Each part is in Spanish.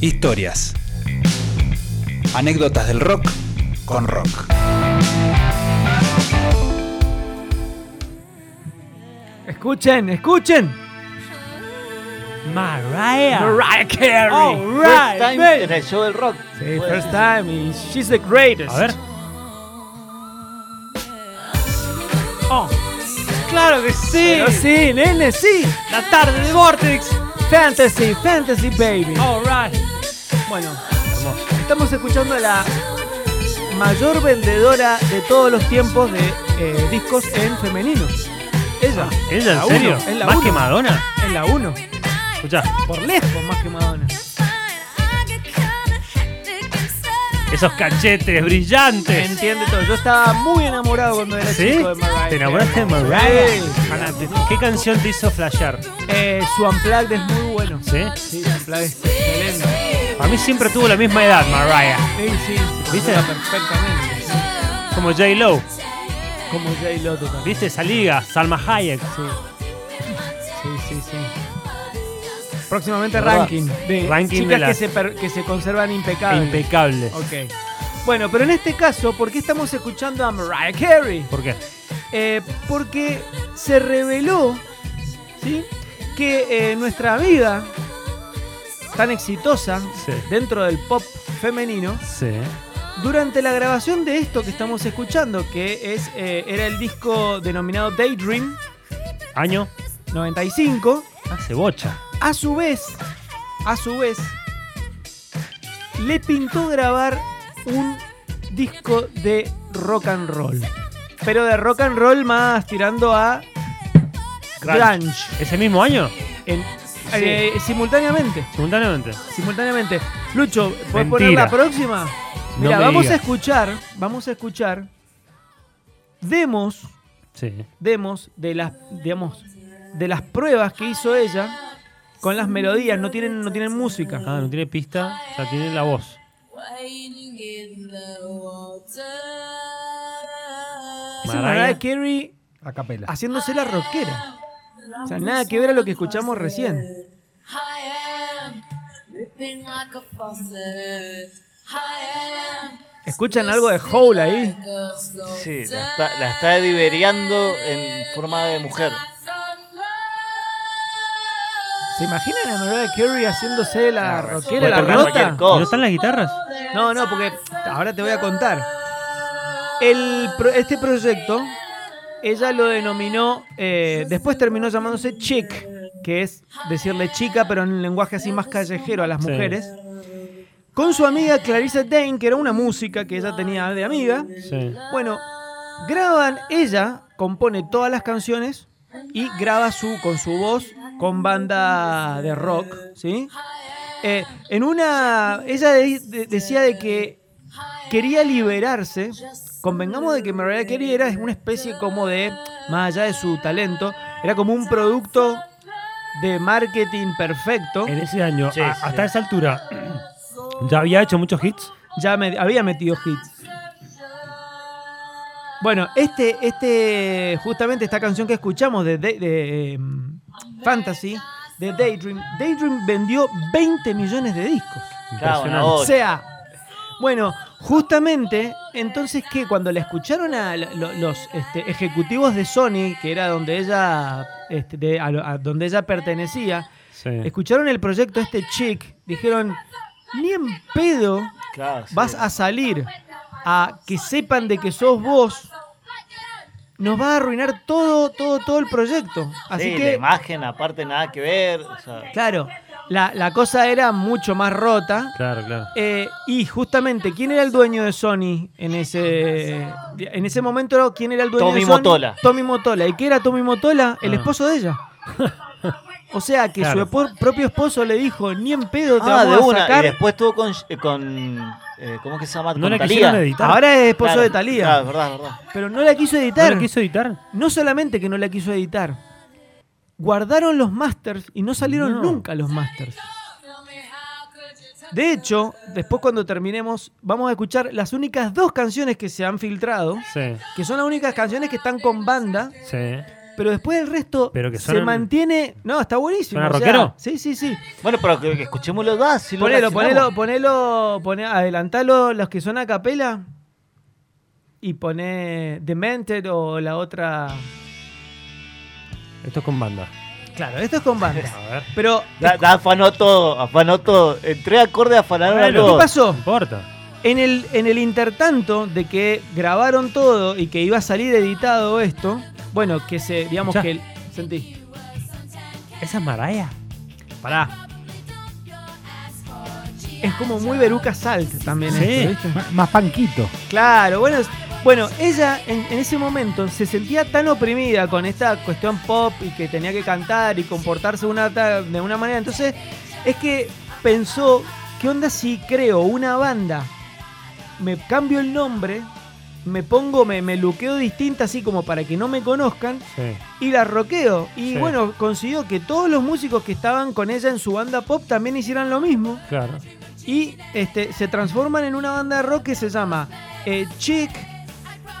Historias. Anécdotas del rock con rock. Escuchen, escuchen. Mariah. Mariah Carey. All right, First time baby. en el show del rock. Sí, Fue- first time y she's the greatest. A ver. Oh, Claro que sí. pero sí, nene, sí. La tarde de Vortex. Fantasy, fantasy baby. All right. Oh, Bueno, estamos escuchando a la mayor vendedora de todos los tiempos de eh, discos en femenino. Ella. ¿Ella, en La uno, serio? es la ¿Más uno. que Madonna? Es la 1. Escucha, Por lejos más que Madonna. esos cachetes brillantes. Entiende todo. Yo estaba muy enamorado cuando era ¿Sí? chico de Mariah. ¿Te enamoraste de Carey. Mariah? Sí. Ana, te- ¿Qué canción te hizo flashear? Eh, su unplugged es muy bueno. ¿Sí? Sí, su unplugged es excelente. A mí siempre tuvo la misma edad, Mariah. Sí, sí, se ¿Viste? controla perfectamente. sí. Como J-Lo. Como Jay Lotto también. ¿Viste esa liga? Salma Hayek. Sí, sí, sí. Próximamente ¿Verdad? ranking de Ranking chicas de las- que, se per- que se conservan impecables. Impecable. ok. Bueno, pero en este caso, ¿por qué estamos escuchando a Mariah Carey? ¿Por qué? Eh, porque se reveló ¿sí? que eh, nuestra vida tan exitosa Sí. dentro del pop femenino, Sí. durante la grabación de esto que estamos escuchando, que es, eh, era el disco denominado Daydream Año. 95, Hace bocha. a su vez, a su vez, le pintó grabar un disco de rock and roll. Pero de rock and roll más tirando a Grunge. grunge. ¿Ese mismo año? En- eh, simultáneamente, Simultáneamente. simultáneamente. Lucho, ¿puedes Mentira. poner la próxima? No Mira, me vamos digas. a escuchar, vamos a escuchar demos Sí. demos de las, digamos, de las pruebas que hizo ella con las melodías, no tienen, no tienen música. Ah, no tiene pista. O sea, tiene la voz. Waiting in the water. Es Mariah. Mariah Carey A capela. haciéndose la rockera. O sea, nada que ver a lo que escuchamos recién. I am ripping like a faucet. I am ¿Escuchan algo de Hole ahí? a slow Sí, la está, la está libereando en forma de mujer. sunrise. ¿Se imaginan a Mariah Carey haciéndose la rockera, la Puede tocar rota? cualquier ¿Y no cosa. están las guitarras? No, no, porque ahora te voy a contar. El pro- este proyecto, ella lo denominó, eh, después terminó llamándose Chick, que es decirle chica, pero en un lenguaje así más callejero a las Sí. mujeres. Con su amiga Clarissa Dane, que era una música que ella tenía de amiga. Sí. Bueno, graban, ella compone todas las canciones y graba su, con su voz con banda de rock, ¿sí? Eh, en una, ella de- de- decía de que quería liberarse, convengamos de que Mariah Carey era una especie como de, más allá de su talento, era como un producto de marketing perfecto, En ese año, Sí, a- sí. hasta esa altura, ¿ya había hecho muchos hits? ya me- había metido hits. Bueno, este, este, justamente esta canción que escuchamos de, Day- de, em, Fantasy, de Daydream, Daydream vendió 20 millones de discos. Claro, Impresionante. una O sea, bueno, justamente, entonces que cuando la escucharon a lo- lo- los este, ejecutivos de Sony, que era donde ella, este, de- a lo- a donde ella pertenecía, Sí. escucharon el proyecto este chick, dijeron, ni en pedo Claro, sí. vas a salir a que sepan de que sos vos, nos va a arruinar todo, todo, todo el proyecto. Así Sí, la que, imagen, aparte, nada que ver. o sea, claro, la, la cosa era mucho más rota. Claro, claro. Eh, y justamente, ¿quién era el dueño de Sony en ese en ese momento? ¿Quién era el dueño Tommy de Sony? Mottola. Tommy Motola. ¿Y qué era Tommy Motola? El Ah. esposo de ella. O sea que Claro. su epo- propio esposo le dijo, ni en pedo te ah, vamos de a una. Y sacar. después estuvo con. eh, con eh, ¿Cómo es que se llama? No con la Thalía. quisieron editar. Ahora es esposo Claro, de Talía. Claro, es verdad, es verdad. Pero no la quiso ¿No editar. la quiso editar? No solamente que no la quiso editar, guardaron los masters y no salieron No. nunca los masters. De hecho, después cuando terminemos, vamos a escuchar las únicas dos canciones que se han filtrado, Sí. que son las únicas canciones que están con banda, Sí. pero después el resto Pero que se suenan- mantiene. No, está buenísimo. ¿Suena o sea, rockero? sí, sí, sí. Bueno, pero que, que escuchemos los dos. Si lo Ponelo, ponelo, relacionamos. ponelo, pone, adelantalo los que son a capela y pone Demented o la otra. Esto es con banda. Claro, esto es con banda. A ver. Pero, Da, da afanó todo, afanó todo. Entré acorde, afanaron a Bueno, ¿qué todos. pasó? No importa. En el, en el intertanto de que grabaron todo y que iba a salir editado esto, bueno, que se, digamos Ya. que el, sentí. ¿Esa es Maraya? Pará. Es como muy Veruca Salt también ¿eh? Sí. esto, ¿viste? M- más panquito. Claro, bueno, es- bueno, ella en, en ese momento se sentía tan oprimida con esta cuestión pop y que tenía que cantar y comportarse una ta- de una manera. Entonces, es que pensó, ¿qué onda si creo una banda? Me cambio el nombre, me pongo, me, me luqueo distinta así como para que no me conozcan Sí. y la roqueo. Y Sí. bueno, consiguió que todos los músicos que estaban con ella en su banda pop también hicieran lo mismo Claro. y este, se transforman en una banda de rock que se llama eh, Chic.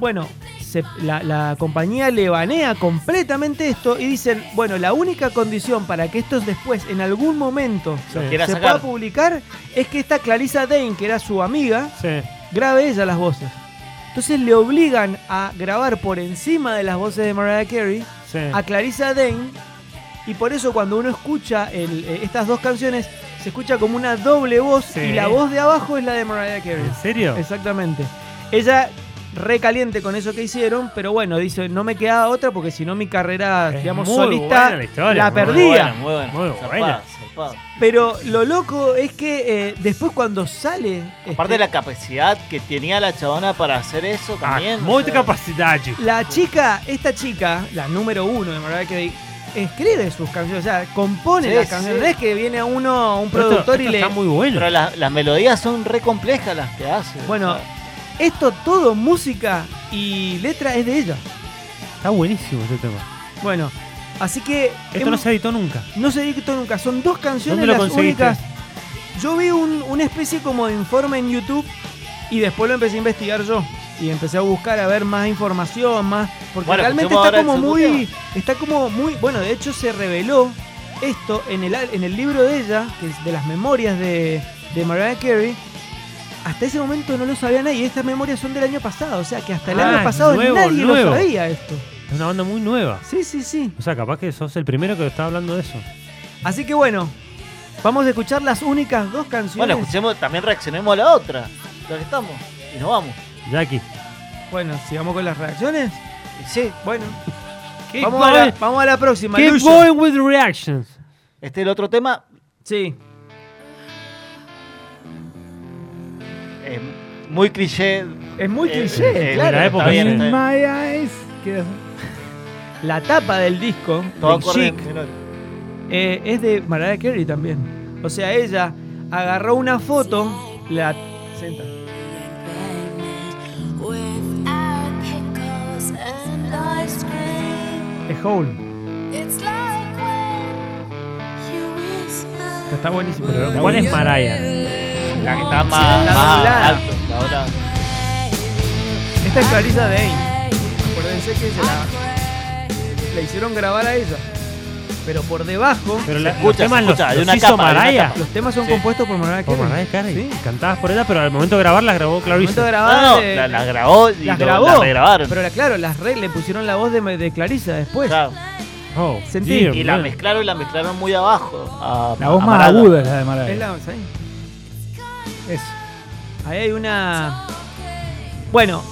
Bueno, se- la, la compañía le banea completamente esto y dicen, bueno, la única condición para que esto después, en algún momento, eh, Sí. Quiera se pueda sacar. publicar es que esta Clarissa Dane, que era su amiga, Sí. grabe ella las voces. Entonces le obligan a grabar por encima de las voces de Mariah Carey Sí. a Clarissa Dane y por eso cuando uno escucha el- eh, estas dos canciones se escucha como una doble voz Sí. y la voz de abajo es la de Mariah Carey. ¿En serio? Exactamente. Ella recaliente con eso que hicieron, pero bueno, dice, no me quedaba otra porque si no mi carrera, Es digamos, muy solista buena la historia, muy perdía. buena, muy buena. Muy Zarpada, buena. zarpada. Pero lo loco es que eh, después cuando sale... Aparte este, de la capacidad que tenía la chabona para hacer eso Ah, también. muy o sea, capacidad, chico. La chica, esta chica, la número uno de Mariah Carey, escribe sus canciones, o sea, compone Sí, las canciones. sí. No es que viene a uno, a un Pero esto- productor esto y le... Está muy bueno. Pero las, las melodías son re complejas las que hace. Bueno, o Ah. sea, esto todo, música y letra, es de ella. Está buenísimo este tema. Bueno, así que Esto no hemos- se editó nunca. no se editó nunca. Son dos canciones ¿Dónde lo las conseguiste? únicas. Yo vi un- una especie como de informe en YouTube y después lo empecé a investigar yo. Y empecé a buscar a ver más información, más. Porque Bueno, realmente escuchemos está ahora el como segundo muy. Está como muy. Bueno, de hecho se reveló esto en el, al- en el libro de ella, que es de las memorias de, de Mariah Carey. Hasta ese momento no lo sabía nadie. Estas memorias son del año pasado. O sea que hasta el Ah, año pasado nuevo, nadie nuevo. lo sabía esto. Es una banda muy nueva. Sí, sí, sí. O sea, capaz que sos el primero que está hablando de eso. Así que bueno, vamos a escuchar las únicas dos bueno, canciones. escuchemos, también reaccionemos a la otra. Lo que estamos. Y nos vamos. Jackie. Bueno, sigamos con las reacciones. Y sí, Bueno, Keep vamos a, la, going- vamos a la próxima. keep Luyo. going with reactions. este es el otro tema. Sí, eh, muy cliché. es muy Eh, cliché, eh, claro. de la época. Está bien, In está bien. my eyes. Que- La tapa del disco, Todo del acorde Chic, menor. eh, es de Mariah Carey también. O sea, ella agarró una foto, la... Senta. Without pickles and ice cream, Es Hole. it's like when you que whisper. Está buenísimo. Pero, ¿Cuál es Maraya? La que está más, La más doblada. alto. La otra. Esta es Clarissa Dane. Acuérdense que se la, la hicieron grabar a ella. Pero por debajo, Pero la, los escucha, temas se los, escucha, hay los una hizo capa, hay una Maraya. capa. los temas son Sí. compuestos por Mariah Carey. Por Mariah Carey. Sí. Cantadas por ella, pero al momento de grabarlas grabó Al momento de Clarissa. grabar, No, no, eh, la, la grabó y las lo- grabó. la regrabaron. Pero la- claro, las re, le pusieron la voz de, de Clarisa después. Claro. Oh, Sentí. dear Y la man. mezclaron y la mezclaron muy abajo. a- La voz a más Marada. aguda es la de Mariah. Es la- ¿sabes? Eso. Ahí hay una. Bueno,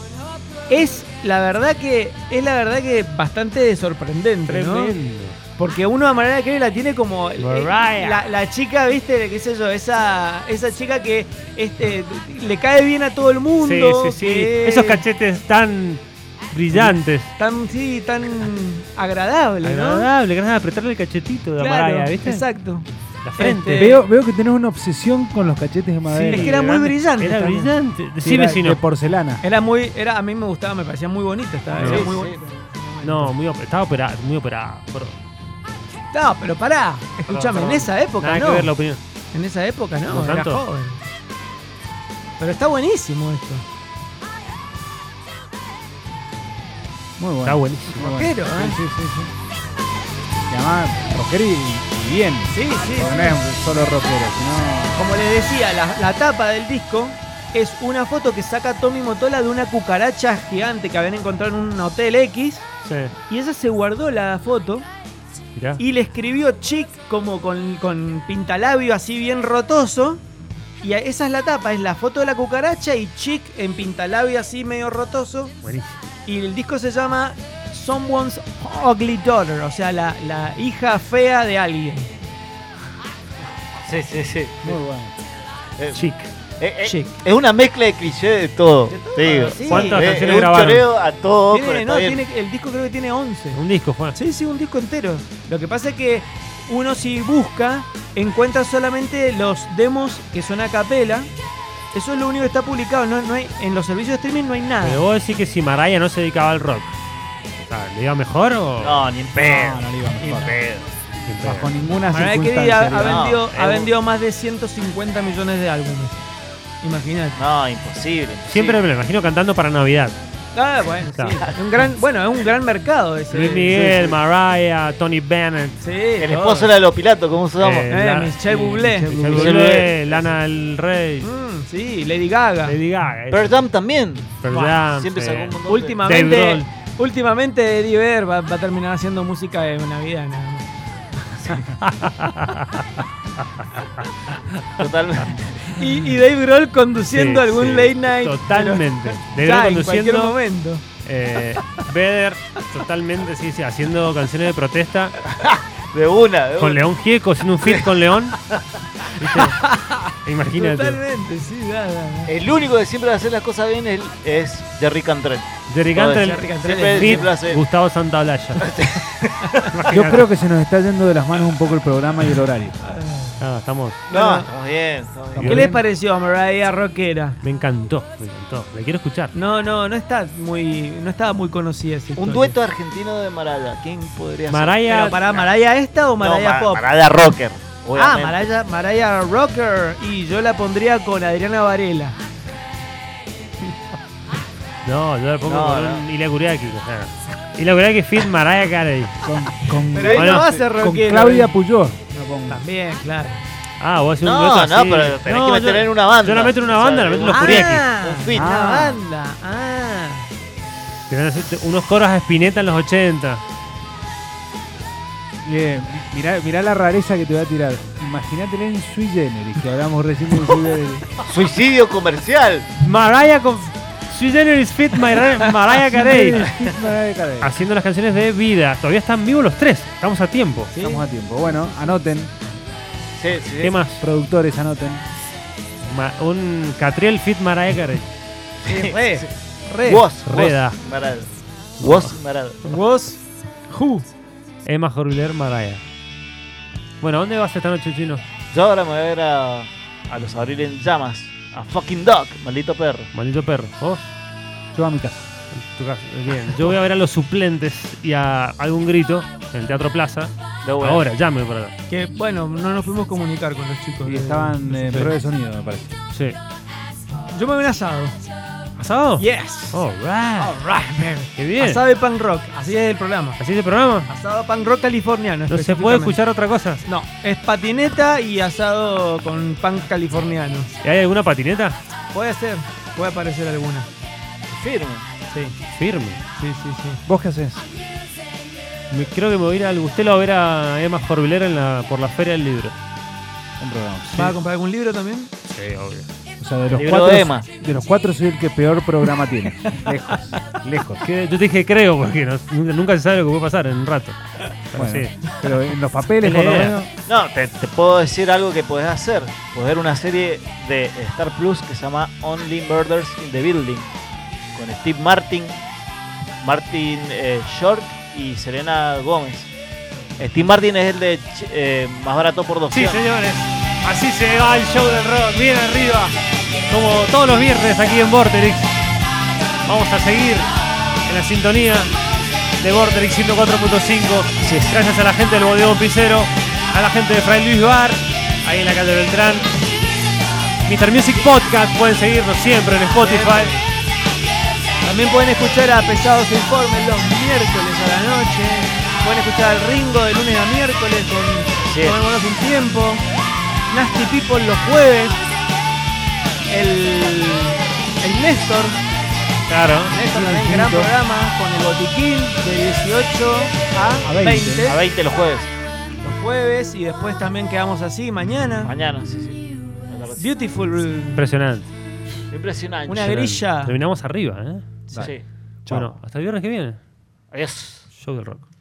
es la verdad que es la verdad que bastante sorprendente, ¿no? Tremendo. Porque uno a Mariah Carey la tiene como eh, Mariah. la, la chica, viste, qué sé yo, esa esa chica que este le cae bien a todo el mundo. Sí, sí, sí. que Esos cachetes tan brillantes. tan sí, tan agradable, ¿no? Agradable, ganas de apretarle el cachetito de Claro, Maraya, ¿viste? Exacto. La frente. Este, Veo, veo que tenés una obsesión con los cachetes de madera. es que era muy brillante Era también. brillante. Sí, Decime era si De no. porcelana. Era muy, era, a mí me gustaba, me parecía muy bonita esta, No. era Sí, muy sí. bonita. No, muy op- estaba operada, muy operada. bro. No, pero pará, escúchame, en Perdón. esa época Nada no. que ver la opinión. En esa época no, No era tanto. joven. Pero está buenísimo esto. Muy bueno. Está buenísimo. Muy bueno. Rockero, Sí, ¿eh? sí, sí, sí. Y además, rockero y, y bien. Sí, ¿eh? sí, Porque sí. No es solo rockero, sino. Como les decía, la, la tapa del disco es una foto que saca Tommy Motola de una cucaracha gigante que habían encontrado en un hotel X. Sí, Y ella se guardó la foto mirá. y le escribió chic como con, con pintalabio así bien rotoso. Y a- esa es la tapa, es la foto de la cucaracha y chic en pintalabio así medio rotoso. Buenísimo. Y el disco se llama Someone's Ugly Daughter, o sea, la, la hija fea de alguien. Sí, sí, sí. Muy bueno. Eh, Chic. eh, eh, Chic. es una mezcla de clichés de todo. De todo, te digo. sí. ¿Cuántas Eh, canciones un grabaron? choreo a todo, pero Tiene- está no, bien. tiene- el disco creo que tiene 11. Un disco, Juan. Sí, sí, un disco entero. Lo que pasa es que uno si busca, encuentra solamente los demos que son a capela. Eso es lo único que está publicado. No, no hay, en los servicios de streaming no hay nada. Pero vos decís que si Maraya no se dedicaba al rock, o sea, ¿le iba mejor o.? No, ni en pedo. No, no le iba ni mejor. en pedo. Sin pedo. Bajo ninguna Mariah Carey circunstancia. ha, ha digamos. No, vendido, ha es un- vendido más de 150 millones de álbumes. Imagínate. Ah, No, imposible. imposible. Siempre me lo imagino cantando para Navidad. Ah, bueno, sí. Claro. Un gran, bueno, es un gran mercado ese. Luis Sí, Miguel, sí. Mariah, Tony Bennett, Sí, El todo. esposo era Lopilato, ¿cómo se llama? Eh, Eh, la- Michelle sí, Bublé. Michelle Michelle Michelle Bublé, Lana del Rey, Mm, sí, Lady Gaga. Lady Gaga. Pearl Jam también. Pearl Buah, Jam, Siempre sí. sacó un montón de- Últimamente, Dave últimamente Eddie Vedder va, va a terminar haciendo música de Navidad. nada más. Totalmente. Y, y Dave Grohl conduciendo Sí, algún sí, late night. Totalmente. pero Debe ya, en cualquier conduciendo. momento. Eh, Beder, totalmente, sí, sí, haciendo canciones de protesta. De una, de Con una. León Gieco, haciendo un fit con León. ¿Viste? Imagínate. Eh, Totalmente, sí, da, da, da. El único que siempre hace las cosas bien es, es Jerry Cantrell. Jerry Jerry Cantrell, Cantrell Siempre- es- fit, siempre hace- Gustavo Santaolalla. Yo creo que se nos está yendo de las manos un poco el programa y el horario. Ah, estamos. No, estamos bien, estamos bien. ¿Qué eh. les pareció a Mariah Rockera? Me encantó, me encantó. Me quiero escuchar. No, no, no está muy, no estaba muy conocida esa Un historia. dueto argentino de Maraya. ¿Quién podría ser? Pero Maraya. para Maraya esta o Maraya no, Ma- Pop? Maraya Rocker. ah, obviamente. Maraya, Maraya Rocker. Y yo la pondría con Adriana Varela. No, yo le pongo No, con no. un eh. Ilya Kuriaki. O sea, Ilya Kuriaki, fit Maraya Carey. Con, con, Pero ahí Bueno, no va a ser con rockera. Claudia Puyol. También, claro. Ah, vos haces un dueto No, no, así. pero tenés No, que yo- meter en una banda. Yo la meto en una O sea, banda, la de meto en una- los Kuriaki. ah, Un fit. la Ah. banda. Ah. Te van a hacer unos coros a Spinetta en los 80. Bien, mirá, mirá la rareza que te voy a tirar. Imagínatela en Sui Generis, que hablamos recién de Sui Generis. Suicidio comercial. Mariah con. Sui Generis Fit Mar- Mariah Carey. Mariah Carey. Haciendo las canciones de vida. Todavía están vivos los tres. Estamos a tiempo. Estamos a tiempo. Bueno, anoten, Sí, sí, ¿Qué más? productores, anoten. Ma- un Catriel Fit Mariah Carey. sí. Re, re. Vos, Reda. vos, Marada. Vos, Marada. Vos. Who. Emma Jorviler Mariah. Bueno, ¿dónde vas esta noche, chino? Yo ahora me voy a ver a, a los abril en llamas. A fucking dog, maldito perro. Maldito perro. ¿Vos? Yo a mi casa. En tu casa. Bien. Yo voy a ver a los suplentes y a algún grito en el Teatro Plaza. De una. Ahora, ya me voy para allá. Que bueno, no nos pudimos comunicar con los chicos. Y de- estaban en Sí. prueba de sonido, me parece. Sí. Yo me voy a un asado. ¿Asado? Yes. All right. Alright, baby. Qué bien. Asado de punk rock. Así es el programa. ¿Así es el programa? Asado de punk rock californiano. ¿No se puede específicamente. escuchar otra cosa? No, es patineta y asado con pan californiano. ¿Y ¿Hay alguna patineta? Puede ser, puede aparecer alguna. Firme. Sí, Firme. sí, sí, sí. ¿Vos qué haces? Me- creo que me voy a ir al Bustelo a ver a Emma Jorviler en la, por la Feria del Libro. Un programa. ¿Vas a comprar algún libro también? Sí, obvio. O sea, de los, Libro cuatro, de Emma. de los cuatro soy el que peor programa tiene. Lejos, lejos. Que- yo te dije creo, porque no- nunca nunca se sabe lo que puede pasar en un rato. Pero Bueno, sí. Pero en los papeles, Es la por lo idea. menos. No, te, te puedo decir algo que podés hacer. Podés ver una serie de Star Plus que se llama Only Murders in the Building. Con Steve Martin, Martin eh, Short y Serena Gómez. Steve Martin es el de Ch- eh, Más Barato por dos Sí, señores. Así se va el show del rock, bien arriba. Como todos los viernes aquí en Vorterix. Vamos a seguir en la sintonía de Vorterix 104.5. Así es. Gracias a la gente del Bodegón Picero, a la gente de Fray Luis Bar, ahí en la calle Beltrán. Mr. Music Podcast, pueden seguirnos siempre en Spotify. También pueden escuchar a Pesados e Informes los miércoles a la noche. Pueden escuchar al Ringo de lunes a miércoles con Sí. Tomémonos un tiempo. Nasty People los jueves. El, el Néstor. Claro. Néstor también gran programa con el botiquín de 18 a, A 20. 20 A 20 los jueves. los jueves y después también quedamos así mañana. Mañana, sí, sí. A la tarde. Beautiful, Impresionante. Impresionante. una grilla. Terminamos arriba, ¿eh? Sí. Bueno, hasta el viernes que viene. Adiós. Show del rock.